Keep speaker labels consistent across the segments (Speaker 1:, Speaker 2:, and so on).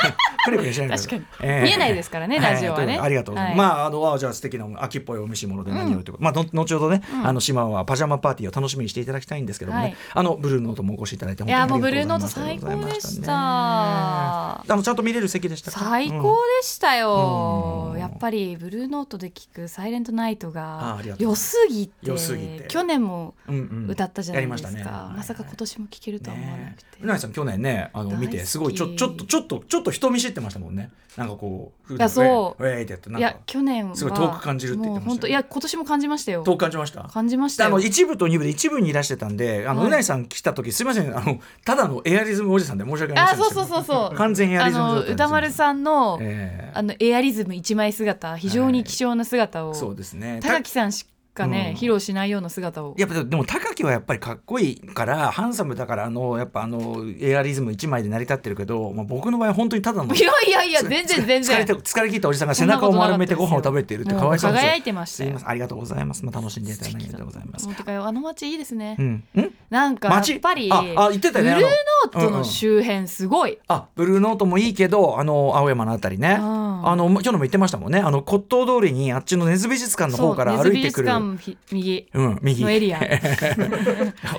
Speaker 1: い くねくねしないでください
Speaker 2: 確かに見えないですからねラジオはね
Speaker 1: ということでありがとうございます、
Speaker 2: はい
Speaker 1: まああのあじゃあ素敵な秋っぽいお召し物で何よりということ、まあの後ほどね、あの島はパジャマパーティーを楽しみにしていただきたいんですけどもね、
Speaker 2: はい
Speaker 1: あのブルーノートもお越しいただいて
Speaker 2: い
Speaker 1: 本
Speaker 2: や
Speaker 1: 当
Speaker 2: もう
Speaker 1: に
Speaker 2: ブ
Speaker 1: あ
Speaker 2: ルー
Speaker 1: りが
Speaker 2: ノー
Speaker 1: と
Speaker 2: ト
Speaker 1: うござい
Speaker 2: 最
Speaker 1: ました
Speaker 2: 高でし
Speaker 1: ね
Speaker 2: た。
Speaker 1: あのちゃんと見れる席でしたか
Speaker 2: 最
Speaker 1: うん
Speaker 2: 高でしたよ、
Speaker 1: うん
Speaker 2: やっぱりブルーノートで聴く「サイレントナイト
Speaker 1: あ
Speaker 2: が
Speaker 1: ありがとう
Speaker 2: 良
Speaker 1: ご
Speaker 2: すぎて
Speaker 1: 良すぎて
Speaker 2: 去年も
Speaker 1: うんうん
Speaker 2: 歌ったじゃないですか、
Speaker 1: やりましたねはい
Speaker 2: まさか今年も聴けるとは思わな
Speaker 1: ね
Speaker 2: くて、
Speaker 1: え、うなぎさん去年ねあ
Speaker 2: 大
Speaker 1: の
Speaker 2: 好き
Speaker 1: 見てすごいちょちょっとちょっとちょっと人見知ってましたもんねなんかこうい
Speaker 2: やそう
Speaker 1: ウェイってやってなん
Speaker 2: い
Speaker 1: か
Speaker 2: や去年は
Speaker 1: すごい遠く感じるって言ってましたよ
Speaker 2: もう本当いや今年も感じましたよ
Speaker 1: 遠く感じました
Speaker 2: 感じました
Speaker 1: あ
Speaker 2: よ
Speaker 1: の一部と二部で一部にいらしてたんであの、
Speaker 2: はいう
Speaker 1: なぎさん来た時すみませんあのただのエアリズムおじさんで申し訳ない
Speaker 2: あそうそうそうそう
Speaker 1: 完全エア
Speaker 2: あ
Speaker 1: リズム状
Speaker 2: の
Speaker 1: 態です
Speaker 2: 歌丸さんの,、
Speaker 1: ええ
Speaker 2: あのエアリズム一枚姿非常に希少な姿を、
Speaker 1: そうですね
Speaker 2: 高木さんしかね、
Speaker 1: うん
Speaker 2: 披露しないような姿を
Speaker 1: やっぱでも高木はやっぱりかっこいいからハンサムだからあのやっぱあのエアリズム一枚で成り立ってるけど、まあ、僕の場合は本当にただの
Speaker 2: いやいやいや全然全
Speaker 1: 疲れ
Speaker 2: 然
Speaker 1: て疲れ切ったおじさんが背中を丸めてご飯を食べているってかわいそうですよ
Speaker 2: 輝いてました
Speaker 1: すいま
Speaker 2: よ
Speaker 1: せんありがとうございます、まあ、楽しんでいただきありがとうございます
Speaker 2: もうてかあの街いいですね、
Speaker 1: うんうん
Speaker 2: なんか
Speaker 1: 街
Speaker 2: やっぱり
Speaker 1: ああ言ってたよね
Speaker 2: ブルーノー
Speaker 1: あの
Speaker 2: ト
Speaker 1: うんう
Speaker 2: の
Speaker 1: ん
Speaker 2: 周辺すごい、
Speaker 1: あブルーノートもいいけどあの青山のあたりね
Speaker 2: うん
Speaker 1: あの今日のも言ってましたもんねあの骨董通りにあっちの根津美術館の
Speaker 2: そ
Speaker 1: 方
Speaker 2: う
Speaker 1: から歩いてくる
Speaker 2: 根津美術館ひ右
Speaker 1: うん右
Speaker 2: のエ リア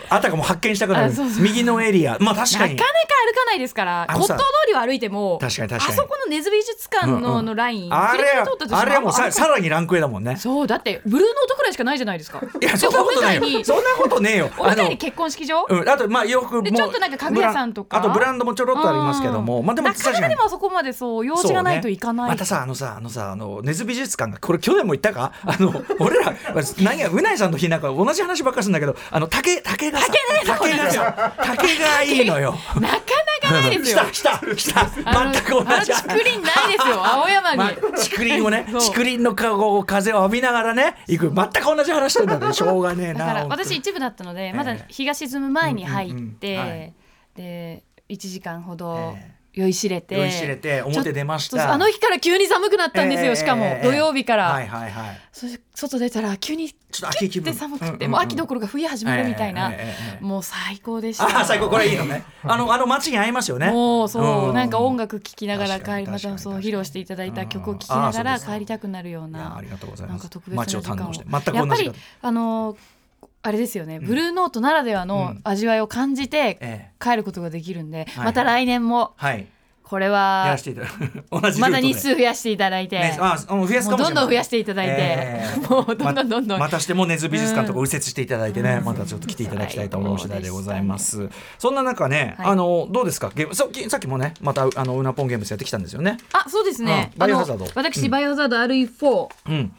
Speaker 1: あたかも発見したから
Speaker 2: あそうそう
Speaker 1: 右のエリアまあ確
Speaker 2: な
Speaker 1: か
Speaker 2: か
Speaker 1: に
Speaker 2: なか歩かないですから
Speaker 1: あ
Speaker 2: 骨
Speaker 1: の
Speaker 2: 董
Speaker 1: さ
Speaker 2: 通りを歩いても
Speaker 1: 確かに確かに
Speaker 2: あそこの根津美術館の,、
Speaker 1: うんうん
Speaker 2: のライン
Speaker 1: あれ
Speaker 2: 左
Speaker 1: は
Speaker 2: に通ったとして
Speaker 1: あれはもう
Speaker 2: あ
Speaker 1: さ
Speaker 2: んま
Speaker 1: さらにランク上だもんね
Speaker 2: そうだってブルーノートくらいしかないじゃないですか
Speaker 1: いやそんなことねえよそんなことねえよ
Speaker 2: おみたい
Speaker 1: あ
Speaker 2: に
Speaker 1: の
Speaker 2: 結婚式場
Speaker 1: うん、あとまあ洋服も
Speaker 2: でちょっとなんか家具屋さんとか
Speaker 1: ブランあとブランドもちょろっとありますけども、
Speaker 2: うん
Speaker 1: まあでも
Speaker 2: なかなかでもあそこまでそう用
Speaker 1: そう
Speaker 2: 事
Speaker 1: ね
Speaker 2: がないといかない、
Speaker 1: またさあのさあのさあの根津美術館がこれ去年も行ったかあの俺ら何やうないさんの日なんか同じ話ばっかりするんだけどあの竹竹がさ竹,、がさ竹がいいのよ
Speaker 2: なかなかないで
Speaker 1: 来
Speaker 2: すよ
Speaker 1: た来た来た
Speaker 2: あの
Speaker 1: 全く同
Speaker 2: あの
Speaker 1: じ
Speaker 2: 竹林ないで すよ青山に、
Speaker 1: ま竹林をね
Speaker 2: そう
Speaker 1: 竹林の顔を風を浴びながらね行く全く同じ話してるんだけどしょうがねえな
Speaker 2: だから
Speaker 1: 本当に
Speaker 2: 私一部だったのでまだ
Speaker 1: ええ
Speaker 2: 日が沈む前に入っ
Speaker 1: うんうんうんは
Speaker 2: て
Speaker 1: い
Speaker 2: で1時間ほど
Speaker 1: え
Speaker 2: 酔いしれて
Speaker 1: 酔いしれて表出まし
Speaker 2: ちょっと
Speaker 1: た
Speaker 2: あの日から急に寒くなったんです
Speaker 1: え
Speaker 2: よ
Speaker 1: え
Speaker 2: しか
Speaker 1: え
Speaker 2: も
Speaker 1: え
Speaker 2: 土曜日から、
Speaker 1: はいはいはい
Speaker 2: そして外出たら急に
Speaker 1: ちょっと秋気
Speaker 2: っ
Speaker 1: 分
Speaker 2: て寒くて、
Speaker 1: うんうんうん
Speaker 2: もう秋どころか冬始まるみたいな、
Speaker 1: ええええええ
Speaker 2: もう最高でした
Speaker 1: あ最高これいいのねあのあの街に合いますよね
Speaker 2: もうそう、
Speaker 1: うん
Speaker 2: なんか音楽聴きながら
Speaker 1: 確か
Speaker 2: 帰
Speaker 1: に
Speaker 2: りまた
Speaker 1: 確か
Speaker 2: そう
Speaker 1: に
Speaker 2: 披露していただいた曲を聴き
Speaker 1: うんあ
Speaker 2: な
Speaker 1: ーそ
Speaker 2: が
Speaker 1: うで
Speaker 2: ら
Speaker 1: すか
Speaker 2: 帰りたくなるよう
Speaker 1: いや
Speaker 2: な
Speaker 1: ありがとうござい
Speaker 2: な
Speaker 1: ま
Speaker 2: ん
Speaker 1: す
Speaker 2: か特別な時間
Speaker 1: 街を堪
Speaker 2: を
Speaker 1: 能して全く同じ
Speaker 2: やっぱ
Speaker 1: 時
Speaker 2: り
Speaker 1: 間
Speaker 2: あのーあれですよね、
Speaker 1: ん
Speaker 2: ブルーノートならではの味わいを感じて
Speaker 1: ええ
Speaker 2: 帰ることができるんで、
Speaker 1: はい
Speaker 2: また来年も
Speaker 1: はい
Speaker 2: これ
Speaker 1: や
Speaker 2: は
Speaker 1: らせていただく同じルートで
Speaker 2: まだ日数増やしていただいて、
Speaker 1: ねああの増やすか
Speaker 2: も
Speaker 1: もしれ
Speaker 2: うどん
Speaker 1: ない
Speaker 2: どん増やしていただいて、
Speaker 1: ええ
Speaker 2: もうどんどんどんど
Speaker 1: ま
Speaker 2: ん、
Speaker 1: またしても根津美術館とか右折していただいてね、またちょっと来ていただきたいと思う次第でございます、そんな中ね、
Speaker 2: はい
Speaker 1: あのどうですかゲームさっきさっきもねまたあのウナポンゲームズやってきたんですよね
Speaker 2: あそうですね、
Speaker 1: うんバイオ
Speaker 2: あの
Speaker 1: ハザード
Speaker 2: 私バイオハザード RE4、
Speaker 1: うん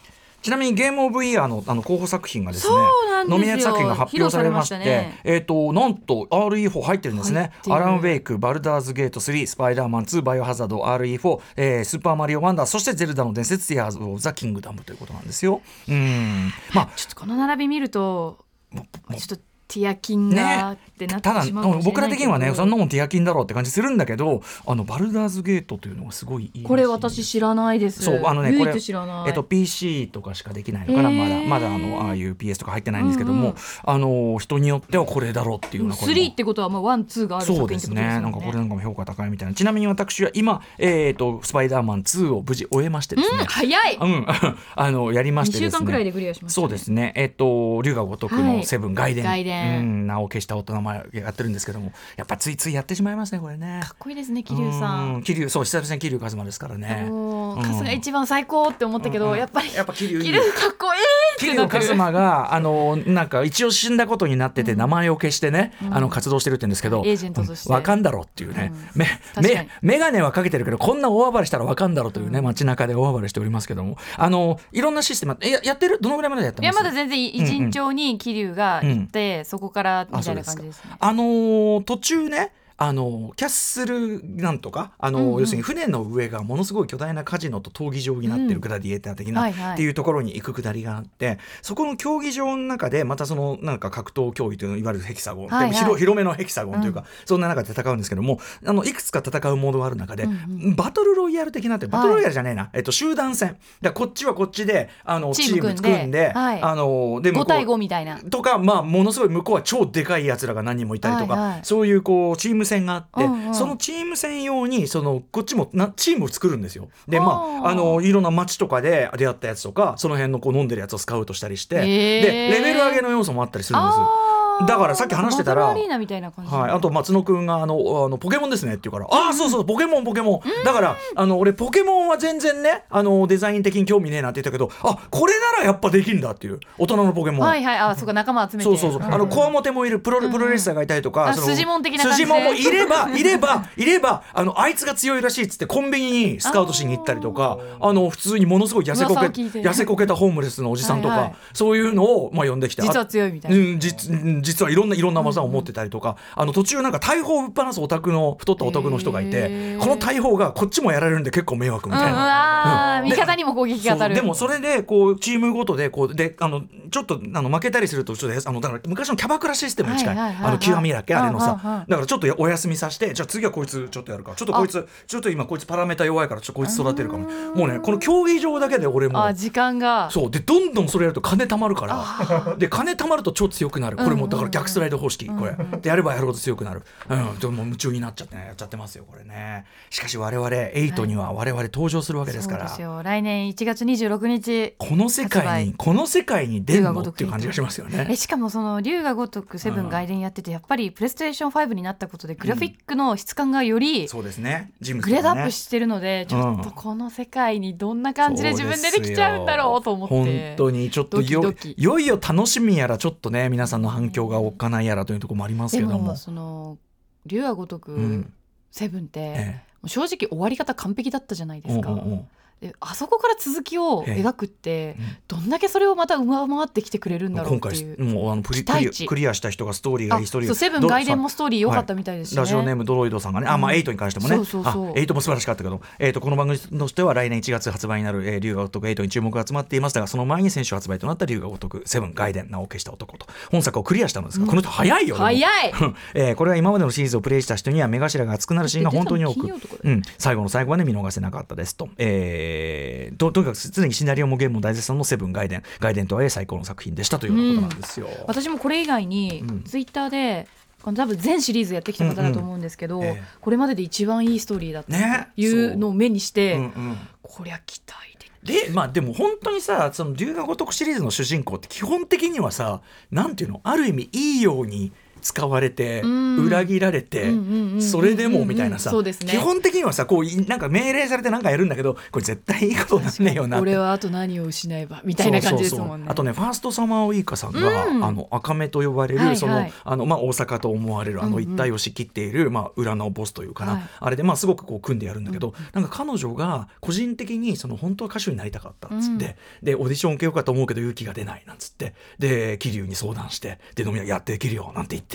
Speaker 1: ちなみにゲームオブイヤーのあの候補作品がですね
Speaker 2: そうなんです
Speaker 1: ノ
Speaker 2: よ
Speaker 1: ミネート作品が発表されまして
Speaker 2: 披露されましたね
Speaker 1: えっ、となんと RE4 入ってるんですね
Speaker 2: 入ってる
Speaker 1: アラン・ウェイクバルダーズ・ゲート3スパイダーマン2バイオハザード RE4、えースーパーマリオ・ワンダーそしてゼルダの伝説ティアーズ・オブ・ザ・キングダムということなんですようんまあ
Speaker 2: ちょっとこの並び見るとちょっとティアキンが
Speaker 1: ね
Speaker 2: ってなったて
Speaker 1: だ
Speaker 2: しまうかもしれないけ
Speaker 1: 僕
Speaker 2: ど、
Speaker 1: ら的にはねそんなもんティアキンだろうって感じするんだけどあのバルダーズゲートというのがすごいいいらしい
Speaker 2: これ私知らないです
Speaker 1: そうあのねこ
Speaker 2: 唯
Speaker 1: れ
Speaker 2: 一知らない、
Speaker 1: えっと、PC とかしかできないのかな、
Speaker 2: へー
Speaker 1: まだまだあのああいう PS とか入ってないんですけども、あの人によってはこれだろうっていうようなこれも
Speaker 2: 3ってことはまあワンツーがある作
Speaker 1: そ
Speaker 2: 品
Speaker 1: う
Speaker 2: って
Speaker 1: です
Speaker 2: ことですよ
Speaker 1: ね
Speaker 2: ね
Speaker 1: なんかこれなんかも評価高いみたいなちなみに私は今、えー、とスパイダーマン2を無事終えましてです
Speaker 2: うん
Speaker 1: ね、
Speaker 2: 早い
Speaker 1: うん あのやりまし
Speaker 2: 二
Speaker 1: てですね
Speaker 2: 週間くらいでクリアしました、ね、
Speaker 1: そうですね。えっ、と龍が如く
Speaker 2: は
Speaker 1: の
Speaker 2: い
Speaker 1: セブン外伝、
Speaker 2: 外伝
Speaker 1: うん名を消した大人前やってるんですけども、やっぱついついやってしまいますねこれね。
Speaker 2: かっこいいですね桐生さ
Speaker 1: うん桐生そう久々に桐生一馬ですからね。
Speaker 2: もう
Speaker 1: うん
Speaker 2: 春日一番最高って思ったけど、やっぱり
Speaker 1: やっぱ桐生いい
Speaker 2: 桐生かっこいいっ
Speaker 1: 桐
Speaker 2: て
Speaker 1: 生
Speaker 2: なって
Speaker 1: 一
Speaker 2: る
Speaker 1: 馬があのなんか一応死んだことになってて名前を消してね、あの活動してるって言うんですけど、
Speaker 2: エージェントとして
Speaker 1: うんわかんだろうっていうね、め
Speaker 2: 確か
Speaker 1: め
Speaker 2: に
Speaker 1: 眼鏡はかけてるけどこんな大暴れしたらわかんだろうというね、街中で大暴れしておりますけどもあのいろんなシステムえややってるどのぐらいまでやって
Speaker 2: い
Speaker 1: ま
Speaker 2: や
Speaker 1: す
Speaker 2: まだ全然一日長に桐生が行って、そこからみたいな感じですね
Speaker 1: あのー途中ねあのーキャッスルなんとかあのー
Speaker 2: うんうん
Speaker 1: 要するに船の上がものすごい巨大なカジノと闘技場になってるグラディエーター的な、
Speaker 2: はいはい
Speaker 1: っていうところに行くくだりがあってそこの競技場の中でまたそのなんか格闘競技というのいわゆるヘキサゴン、
Speaker 2: はいはい
Speaker 1: でも広広めのヘキサゴンというか、そんな中で戦うんですけどもあのいくつか戦うモードがある中で、バトルロイヤル的なってバトルロイヤルじゃねえな、えっと、集団戦だからこっちはこっちであのチ
Speaker 2: チ
Speaker 1: ー
Speaker 2: ー
Speaker 1: ム
Speaker 2: ム
Speaker 1: 組ん
Speaker 2: 組んで
Speaker 1: で
Speaker 2: はい
Speaker 1: あのーで向こ
Speaker 2: 5
Speaker 1: う
Speaker 2: 対5みたいな
Speaker 1: とか、まあ、ものすごい向こうは超でかいやつらが何人もいたりとか、
Speaker 2: はいはい
Speaker 1: そういうこうチーム戦があって、
Speaker 2: うんうん
Speaker 1: そのチーム戦用にそのこっちもなチームを作るんですよ。でま
Speaker 2: お
Speaker 1: あ
Speaker 2: ー
Speaker 1: あのいろんな街とかで出会ったやつとかその辺のこう飲んでるやつをスカウトしたりして、
Speaker 2: へー
Speaker 1: でレベル上げの要素もあったりするんです。
Speaker 2: あー
Speaker 1: だからさっき話してたら
Speaker 2: バトルアリーナみたいな感じ、
Speaker 1: はい、あと松野くんがあのあのポケモンですねって言うから、ああそうそうポケモンポケモンだからあの俺ポケモンは全然ねあのデザイン的に興味ねえなって言ったけどあこれならやっぱできんだっていう大人のポケモン、
Speaker 2: はいはいあそうか仲間集めて
Speaker 1: そうそうそう。あの、
Speaker 2: ん
Speaker 1: コアモテもいる、プロ、プロレスラーがいたりとか、
Speaker 2: あ
Speaker 1: その
Speaker 2: 筋もん的な感
Speaker 1: 筋
Speaker 2: じで
Speaker 1: もんもいれ ば、いれば、いれば、あの、あいつが強いらしいっつって、コンビニにスカウトしに行ったりとか、あの、普通にものすごい痩せこけ、
Speaker 2: 噂を聞いて
Speaker 1: 痩せこけたホームレスのおじさんと
Speaker 2: はいは
Speaker 1: か
Speaker 2: い、
Speaker 1: そういうのを、まあ、呼んできて。
Speaker 2: 実は強いみたいな
Speaker 1: うん、実、うん実はいろんな、いろんな技を持ってたりとか、あの、途中なんか大砲をぶっ放すオタクの、太ったオタクの人がい
Speaker 2: へ
Speaker 1: て、
Speaker 2: ー
Speaker 1: この大砲がこっちもやられるんで結構迷惑み
Speaker 2: うん
Speaker 1: たいな。
Speaker 2: あ
Speaker 1: う
Speaker 2: ー
Speaker 1: ん
Speaker 2: 味方にも攻撃が当たる
Speaker 1: そうでもそれでこうチームごとでこうであのちょっとあの負けたりするとちょっとあのだから昔のキャバクラシステムに近い
Speaker 2: はいはいはいはい
Speaker 1: あの極みだっけあれの
Speaker 2: うんうんう
Speaker 1: さ
Speaker 2: ん
Speaker 1: だからちょっとお休みさせてじゃあ次はこいつちょっとやるからちょっとこいつちょっと今こいつパラメータ弱いからちょっとこいつ育てるからもうねこの競技場だけで俺も
Speaker 2: あ
Speaker 1: う
Speaker 2: 時間が
Speaker 1: そうでどんどんそれやると金貯まるからで金貯まると超強くなるこれもだから逆スライド方式これでやればやるほど強くなるうんでも夢中になっちゃってねやっちゃってますよこれねしかし我々8には我々登場するわけですから。
Speaker 2: そうよ来年1月26日
Speaker 1: この世界に
Speaker 2: 発売
Speaker 1: この世界に出る
Speaker 2: 龍
Speaker 1: の
Speaker 2: が如
Speaker 1: っ
Speaker 2: く
Speaker 1: ていう感じがしますよね
Speaker 2: え。しかもその龍が如くセブン外伝やっててやっぱりプレイステーション5になったことでグラフィックの質感がより
Speaker 1: そうですね。ジム
Speaker 2: グレードアップしてるのでちょっとこの世界にどんな感じで自分でできちゃうんだろうと思って
Speaker 1: 本当にちょっとよ
Speaker 2: ドキドキ
Speaker 1: いよいよ楽しみやらちょっとね皆さんの反響がおっかないやらというところもあります
Speaker 2: で
Speaker 1: けども。
Speaker 2: もその龍が如
Speaker 1: う
Speaker 2: く
Speaker 1: ん
Speaker 2: セブンって、
Speaker 1: え
Speaker 2: 正直終わり方完璧だったじゃない
Speaker 1: え
Speaker 2: ですか、
Speaker 1: うんうんうん
Speaker 2: であそこから続きを描くって、
Speaker 1: ええ
Speaker 2: どんだけそれをまた上回ってきてくれるんだろう
Speaker 1: 今
Speaker 2: って
Speaker 1: 回
Speaker 2: いう。
Speaker 1: もうあのプリ
Speaker 2: 期
Speaker 1: ク
Speaker 2: 待
Speaker 1: リ
Speaker 2: 値
Speaker 1: クリアした人がストーリーが
Speaker 2: あ
Speaker 1: いいストー
Speaker 2: そう
Speaker 1: リーが
Speaker 2: セブン
Speaker 1: ど
Speaker 2: 外伝
Speaker 1: さ
Speaker 2: もストーリー良かったみたいですしね。
Speaker 1: ラジオネームドロイドさんがね、あまあエイトに関してもね、
Speaker 2: そうそうそう
Speaker 1: あエイトも素晴らしかったけど、えイトこの番組としては来年1月発売になる、えー、龍が如くエイトに注目が集まっていましたが、その前に先週発売となった龍が如くセブン外伝名を消した男と本作をクリアしたのですが、この人早いよ。でも
Speaker 2: 早い
Speaker 1: えーこれは今までのシリーズをプレイした人には目頭が熱くなるシーンが本当に多
Speaker 2: だって
Speaker 1: く、
Speaker 2: 出たの金曜とか
Speaker 1: う
Speaker 2: だ
Speaker 1: ん、最後の最後まで見逃せなかったですと、えーととにかく常にシナリオもゲームも大絶賛のセブン外伝、外伝とはいえ最高の作品でしたというようなことなんですよ。
Speaker 2: 私もこれ以外に
Speaker 1: うん
Speaker 2: ツイッターで、この多分全シリーズやってきた方だと思うんですけど、
Speaker 1: うんうんええ
Speaker 2: これまでで一番いいストーリーだった
Speaker 1: ね
Speaker 2: というのを目にして、
Speaker 1: うんうん
Speaker 2: こりゃ期待できる
Speaker 1: でまあでも本当にさその龍が如くシリーズの主人公って基本的にはさなんていうのある意味いいように使われて、
Speaker 2: ん
Speaker 1: 裏切られて、
Speaker 2: うんうんうんうん
Speaker 1: それでもみたいなさ、
Speaker 2: そうですね
Speaker 1: 基本的にはさこういなんか命令されてなんかやるんだけどこれ絶対いいことなんねえよなって
Speaker 2: 俺はあと何を失えばみたいな感じですもんね
Speaker 1: そうそうそうあとねファーストサマーウイカさんが、
Speaker 2: うん
Speaker 1: あの赤目と呼ばれる、
Speaker 2: はいはい
Speaker 1: そのあのまあ大阪と思われるあ
Speaker 2: うんう
Speaker 1: の
Speaker 2: ん
Speaker 1: 一帯を仕切っている、まあ裏のボスというかな、
Speaker 2: はい
Speaker 1: あれでまあすごくこう組んでやるんだけど、なんか彼女が個人的にその本当は歌手になりたかったっつって、でオーディション受けようかと思うけど勇気が出ないなんつってで桐生に相談してで飲み屋やっていけるよなんて言って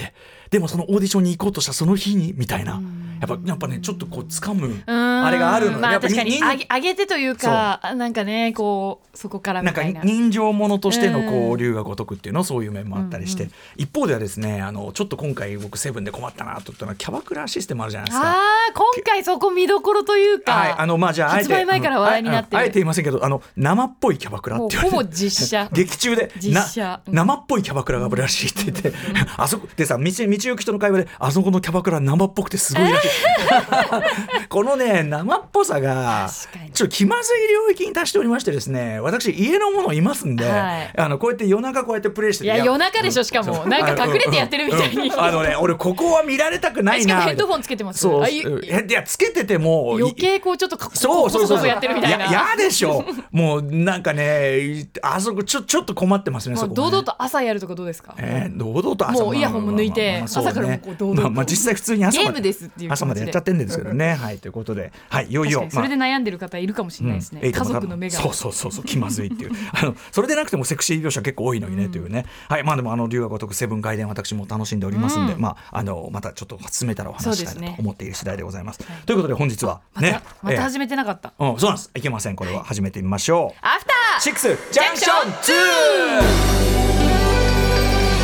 Speaker 1: でもそのオーディションに行こうとしたその日にみたいな、やっぱやっぱねちょっとこう掴む
Speaker 2: うーん
Speaker 1: あれがあるのよ
Speaker 2: ま
Speaker 1: や
Speaker 2: あ
Speaker 1: っぱ
Speaker 2: 確かに
Speaker 1: 人間
Speaker 2: 上げ上げてというかあなんかねこうそこからみ
Speaker 1: なんか
Speaker 2: たいな
Speaker 1: 人情ものとしての
Speaker 2: う
Speaker 1: こ
Speaker 2: ん
Speaker 1: う龍が如くっていうのそういう面もあったりして、一方ではですねあのちょっと今回僕セブンで困ったなと言ったのはキャバクラシステムあるじゃないですか。
Speaker 2: あー今回そこ見どころというか、
Speaker 1: はい、あのまあじゃああえ
Speaker 2: 発
Speaker 1: て
Speaker 2: 売前から話題になって
Speaker 1: うんああ
Speaker 2: る、
Speaker 1: えて言いませんけどあの生っぽいキャバクラって言われて
Speaker 2: もうほぼ実写
Speaker 1: 劇中で
Speaker 2: 実写うん
Speaker 1: な生っぽいキャバクラがあるらしいって言 って、あそこでさ道道行く人の会話であそこのキャバクラ生っぽくてすごいらしい このね生っぽさが
Speaker 2: 確かに
Speaker 1: ちょっと気まずい領域に達しておりましてですね私家のものいますんで、
Speaker 2: はい
Speaker 1: あのこうやって夜中こうやってプレイしてて
Speaker 2: いや夜中でしょしかもなんか隠れてやってるみたいに、
Speaker 1: うんうんあのね俺ここは見られたくない
Speaker 2: しか
Speaker 1: な
Speaker 2: もヘッドホンつけてます
Speaker 1: そう
Speaker 2: あ
Speaker 1: い
Speaker 2: い
Speaker 1: やつけてても
Speaker 2: 余計こうちょっとか
Speaker 1: そうそう
Speaker 2: こ
Speaker 1: そう
Speaker 2: ここやってるみたいな
Speaker 1: ややでし ょもうなんかねあそこちょちょっと困ってますね
Speaker 2: も
Speaker 1: そうこね
Speaker 2: 堂々と朝やるとかどうですか、
Speaker 1: えー堂々と朝
Speaker 2: もうイヤホンも抜い
Speaker 1: まあまあ
Speaker 2: て
Speaker 1: まあそう
Speaker 2: 朝からもうこう堂々と
Speaker 1: まあまあ実際普通に朝ま
Speaker 2: ゲームですっていう気持ちで
Speaker 1: 朝までやっちゃってるんですけどねはいということではいいよい
Speaker 2: 確か
Speaker 1: よ
Speaker 2: にそれで悩んでる方いるかもしれないですね、
Speaker 1: うん
Speaker 2: 家族の目が
Speaker 1: そうそうそうそう気まずいっていう あのそれでなくてもセクシー描写結構多いのにね、というねはいまあでもあの龍が如くセブン外伝私も楽しんでおりますんで、まああのまたちょっと進めたらお話ししたい
Speaker 2: そうです
Speaker 1: な
Speaker 2: ね
Speaker 1: と思っている次第でございますということで本日は
Speaker 2: また、
Speaker 1: ね
Speaker 2: また
Speaker 1: え
Speaker 2: 始めてなかった、
Speaker 1: ーうんそうなんですいけませんこれは始めてみましょう
Speaker 2: アフター
Speaker 1: シックスジャンクション 2!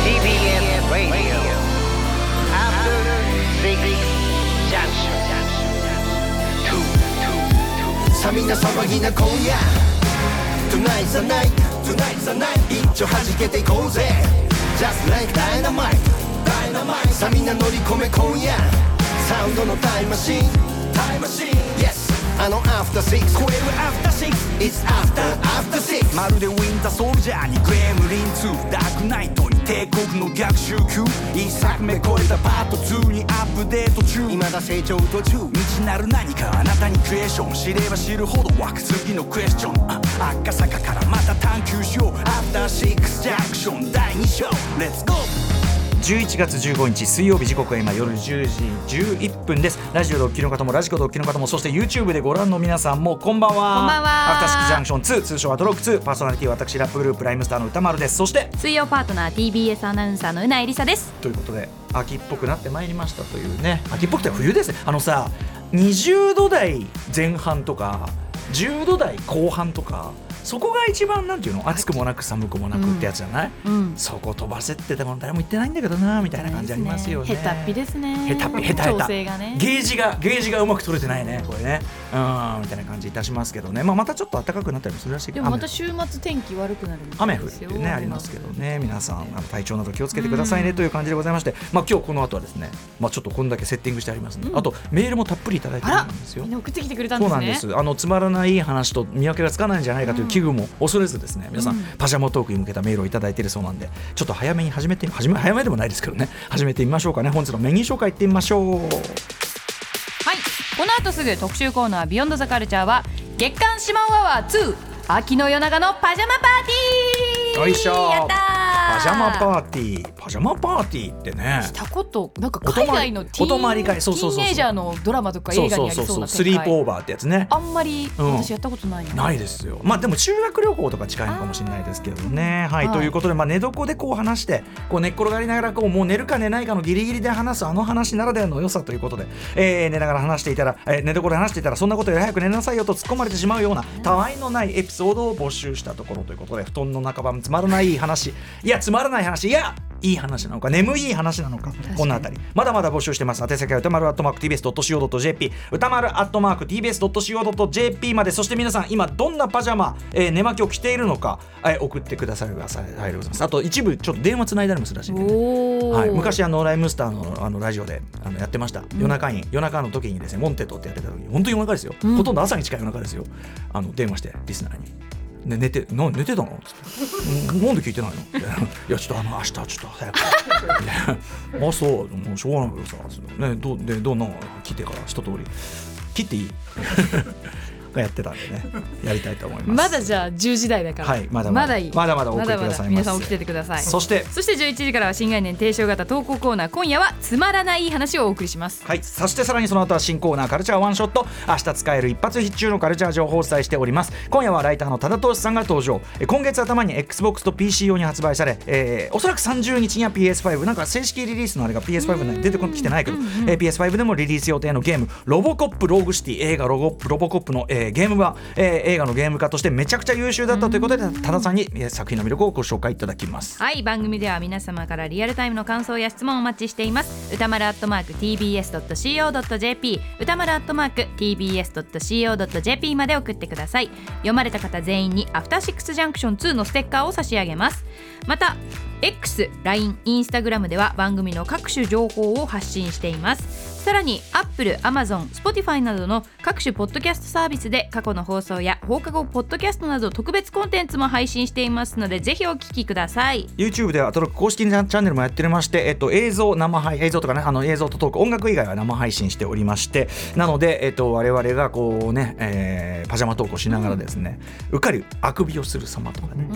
Speaker 3: TBN Radio. After Six Junction.
Speaker 4: さみんな騒ぎな今夜 Tonight's the night Tonight's the night 一丁弾けていこうぜ Just like dynamite Dynamite さみんな乗り込め今夜サウンドのタイムマシンタイムマシン Yes あのアフターシックス超えるアフターシックス It's after after six
Speaker 5: まるでウィンターソルジャーにグレムリン2ダークナイトに帝国の逆襲級一作目超えたパート2にアップデート中
Speaker 4: 未だ成長途中
Speaker 5: 未知なる何かあなたにクエスチョン知れば知るほど湧く次のクエスチョンあ赤坂からまた探求しようアフターシックスジャンクション第2章レッツゴー
Speaker 1: 11月15日水曜日時刻は今夜10時11分ですラジオ同期の方もラジコ同期の方もそして YouTube でご覧の皆さんもこんばんはこん
Speaker 2: ばんは
Speaker 1: アフターシックスジャンクション2通称アトロック2パーソナリティは私ラップグループライムスターの歌丸ですそして
Speaker 2: 水曜パートナー TBS アナウンサーのうなえりさです
Speaker 1: ということで秋っぽくなってまいりましたというね秋っぽくて冬ですねあのさ20度台前半とか10度台後半とかそこが一番なんていうの暑くもなく寒くもなくってやつじゃない、
Speaker 2: うん
Speaker 1: そこ飛ばせってでも誰も言ってないんだけどなみたいな感じありますよね。
Speaker 2: ヘタっぴですね
Speaker 1: ヘタっぴヘタヘタ
Speaker 2: 調整がね
Speaker 1: ゲージがゲージがうまく取れてないねこれねうんみたいな感じいたしますけどね、まあ、またちょっと暖かくなったりもするらしいけ
Speaker 2: で
Speaker 1: ど
Speaker 2: もまた週末天気悪くなるみた
Speaker 1: 雨
Speaker 2: い
Speaker 1: 雨降る
Speaker 2: で
Speaker 1: っ
Speaker 2: す
Speaker 1: てい
Speaker 2: よ
Speaker 1: うねありますけどね皆さんあの体調など気をつけてくださいねという感じでございまして、まあ今日この後はですね、まあ、ちょっとこんだけセッティングしてありますので、あとメールもたっぷりいただいて
Speaker 2: あ
Speaker 1: る
Speaker 2: ら
Speaker 1: んですよ
Speaker 2: みん。な送ってきてくれたん
Speaker 1: そ
Speaker 2: で
Speaker 1: うな
Speaker 2: すね
Speaker 1: んですあのつまらない話と見分けがつかないんじゃないかという危惧も恐れずですね、皆さんパジャマトークに向けたメールをいただいているそうなんでちょっと早めに始めて始め早めでもないですけどね始めてみましょうかね本日のメニュー紹介いってみましょう。
Speaker 2: はいこの後すぐ特集コーナービヨンドザカルチャーは月刊シマンワワー2秋の夜長のパジャマパーティー
Speaker 1: よいしょ
Speaker 2: やったー
Speaker 1: パジャマパーティーパジャマパーティーってね
Speaker 2: したことなんか海外のティー
Speaker 1: お
Speaker 2: ン
Speaker 1: 泊まり会そうそうそうそう
Speaker 2: ティーンエイジャーのドラマとか映画にありそうな
Speaker 1: スリ
Speaker 2: 展
Speaker 1: ープオ
Speaker 2: 開
Speaker 1: ーバーってやつね
Speaker 2: あんまり
Speaker 1: うん
Speaker 2: 私やったことないな、
Speaker 1: ないですよまあでも修学旅行とか近いのかもしれないですけどねはい、
Speaker 2: はい
Speaker 1: ということで、まあ、寝床でこう話してこう寝っ転がりながらこうもう寝るか寝ないかのギリギリで話すあの話ならではの良さということで、えー寝ながら話していたら、えー寝床で話していたらそんなことより早く寝なさいよと突っ込まれてしまうようなたわいのないエピソードを募集したところということで布団の中ばつまらない話いやつまらない話いやいい話なのか眠い話なのかこのあたりまだまだ募集してます宛先は歌丸 atmark.tbs.co.jp 歌丸 atmark.tbs.co.jp までそして皆さん今どんなパジャマ、えー寝巻きを着ているのか、えー送ってくださいくださいありがとうございますあと一部ちょっと電話つないだりもするらしいんでね
Speaker 2: おお、
Speaker 1: はい、昔あのライムスターのあのラジオであのやってました夜中に、夜中の時にですねモンテッドってやってた時に本当に夜中ですよ、ほとんど朝に近い夜中ですよあの電話してリスナーにね、寝てな寝てたの?」つってん「なんで聞いてないの?」って 「いやちょっとあの明日ちょっと早く」 であそうもうしょうがないけどさ」つってねどうでどうなん聞いてから一通り切ってい いやってたんでねやりたいと思います。
Speaker 6: まだじゃあ10時台だから。
Speaker 1: はいまだまだ
Speaker 6: いい。
Speaker 1: まだまだお送りくださいませ
Speaker 2: 皆さん起きててください
Speaker 1: そして
Speaker 2: そして11時からは新概念提唱型投稿コーナー今夜はつまらない話をお送りします
Speaker 1: はい、そしてさらにその後は新コーナーカルチャーワンショット明日使える一発必中のカルチャー情報をお伝えしております今夜はライターの多田投資さんが登場え今月頭に XBOX と PC 用に発売され、えーおそらく30日には PS5 なんか正式リリースのあれが PS5 に出てきてないけど、えー PS5 でもリリース予定のゲーム「ロボコップローグシティ」映画ロゴロボコップの、えーゲームは、えー映画のゲーム化としてめちゃくちゃ優秀だったということで多田さんにえー作品の魅力をご紹介いただきます
Speaker 2: はい番組では皆様からリアルタイムの感想や質問をお待ちしています歌丸アットマーク TBS.CO.JP 歌丸アットマーク TBS.CO.JP まで送ってください読まれた方全員にアフターシックスジャンクション2のステッカーを差し上げますまた X、LINE、Instagram では番組の各種情報を発信していますさらに Apple、Amazon、Spotify などの各種ポッドキャストサービスで過去の放送や放課後ポッドキャストなど特別コンテンツも配信していますのでぜひお聞きください
Speaker 1: YouTube ではアトロック公式チャンネルもやっておりまして、えっと、映像生配映像とかねあの映像とトーク音楽以外は生配信しておりましてなので、えっと、我々がこうね、えーパジャマトークをしながらですね、うっかりあくびをする様とかね、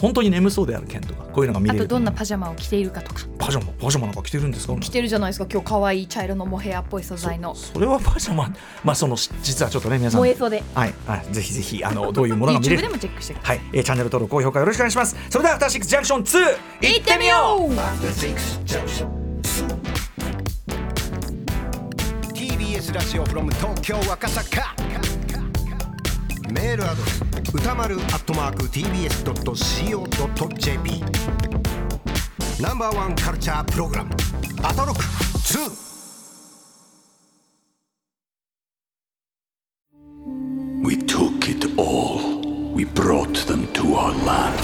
Speaker 1: 本当に眠そうである件とかこういうのが見
Speaker 6: あ
Speaker 1: れる
Speaker 6: とどんな
Speaker 1: パ
Speaker 6: パジャマを着ているかとか。
Speaker 1: ジャマパジャマなんか着てるんですか
Speaker 6: 着てるじゃないですか今日可愛い茶色のモヘアっぽい素材の
Speaker 1: それはパジャマまあその実はちょっとね皆さん
Speaker 6: 燃えそうで
Speaker 1: はい、はい、ぜひぜひあのどういうものが見れ
Speaker 2: YouTube
Speaker 1: る
Speaker 2: でもチェックしてください
Speaker 1: はい、えーチャンネル登録高評価よろしくお願いしますそれでは「アフターシックスジャンクション2」いってみよう
Speaker 4: TBS ラジオ from 東京赤坂メールアドレス歌丸アットマーク TBS.CO.JP ナンバーワンカルチャープログラム「アトロック2」
Speaker 7: We took it all. We brought them to our land.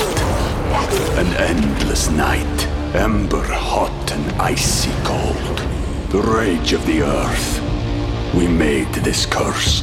Speaker 7: An endless night, ember hot and icy cold. The rage of the earth. We made this curse.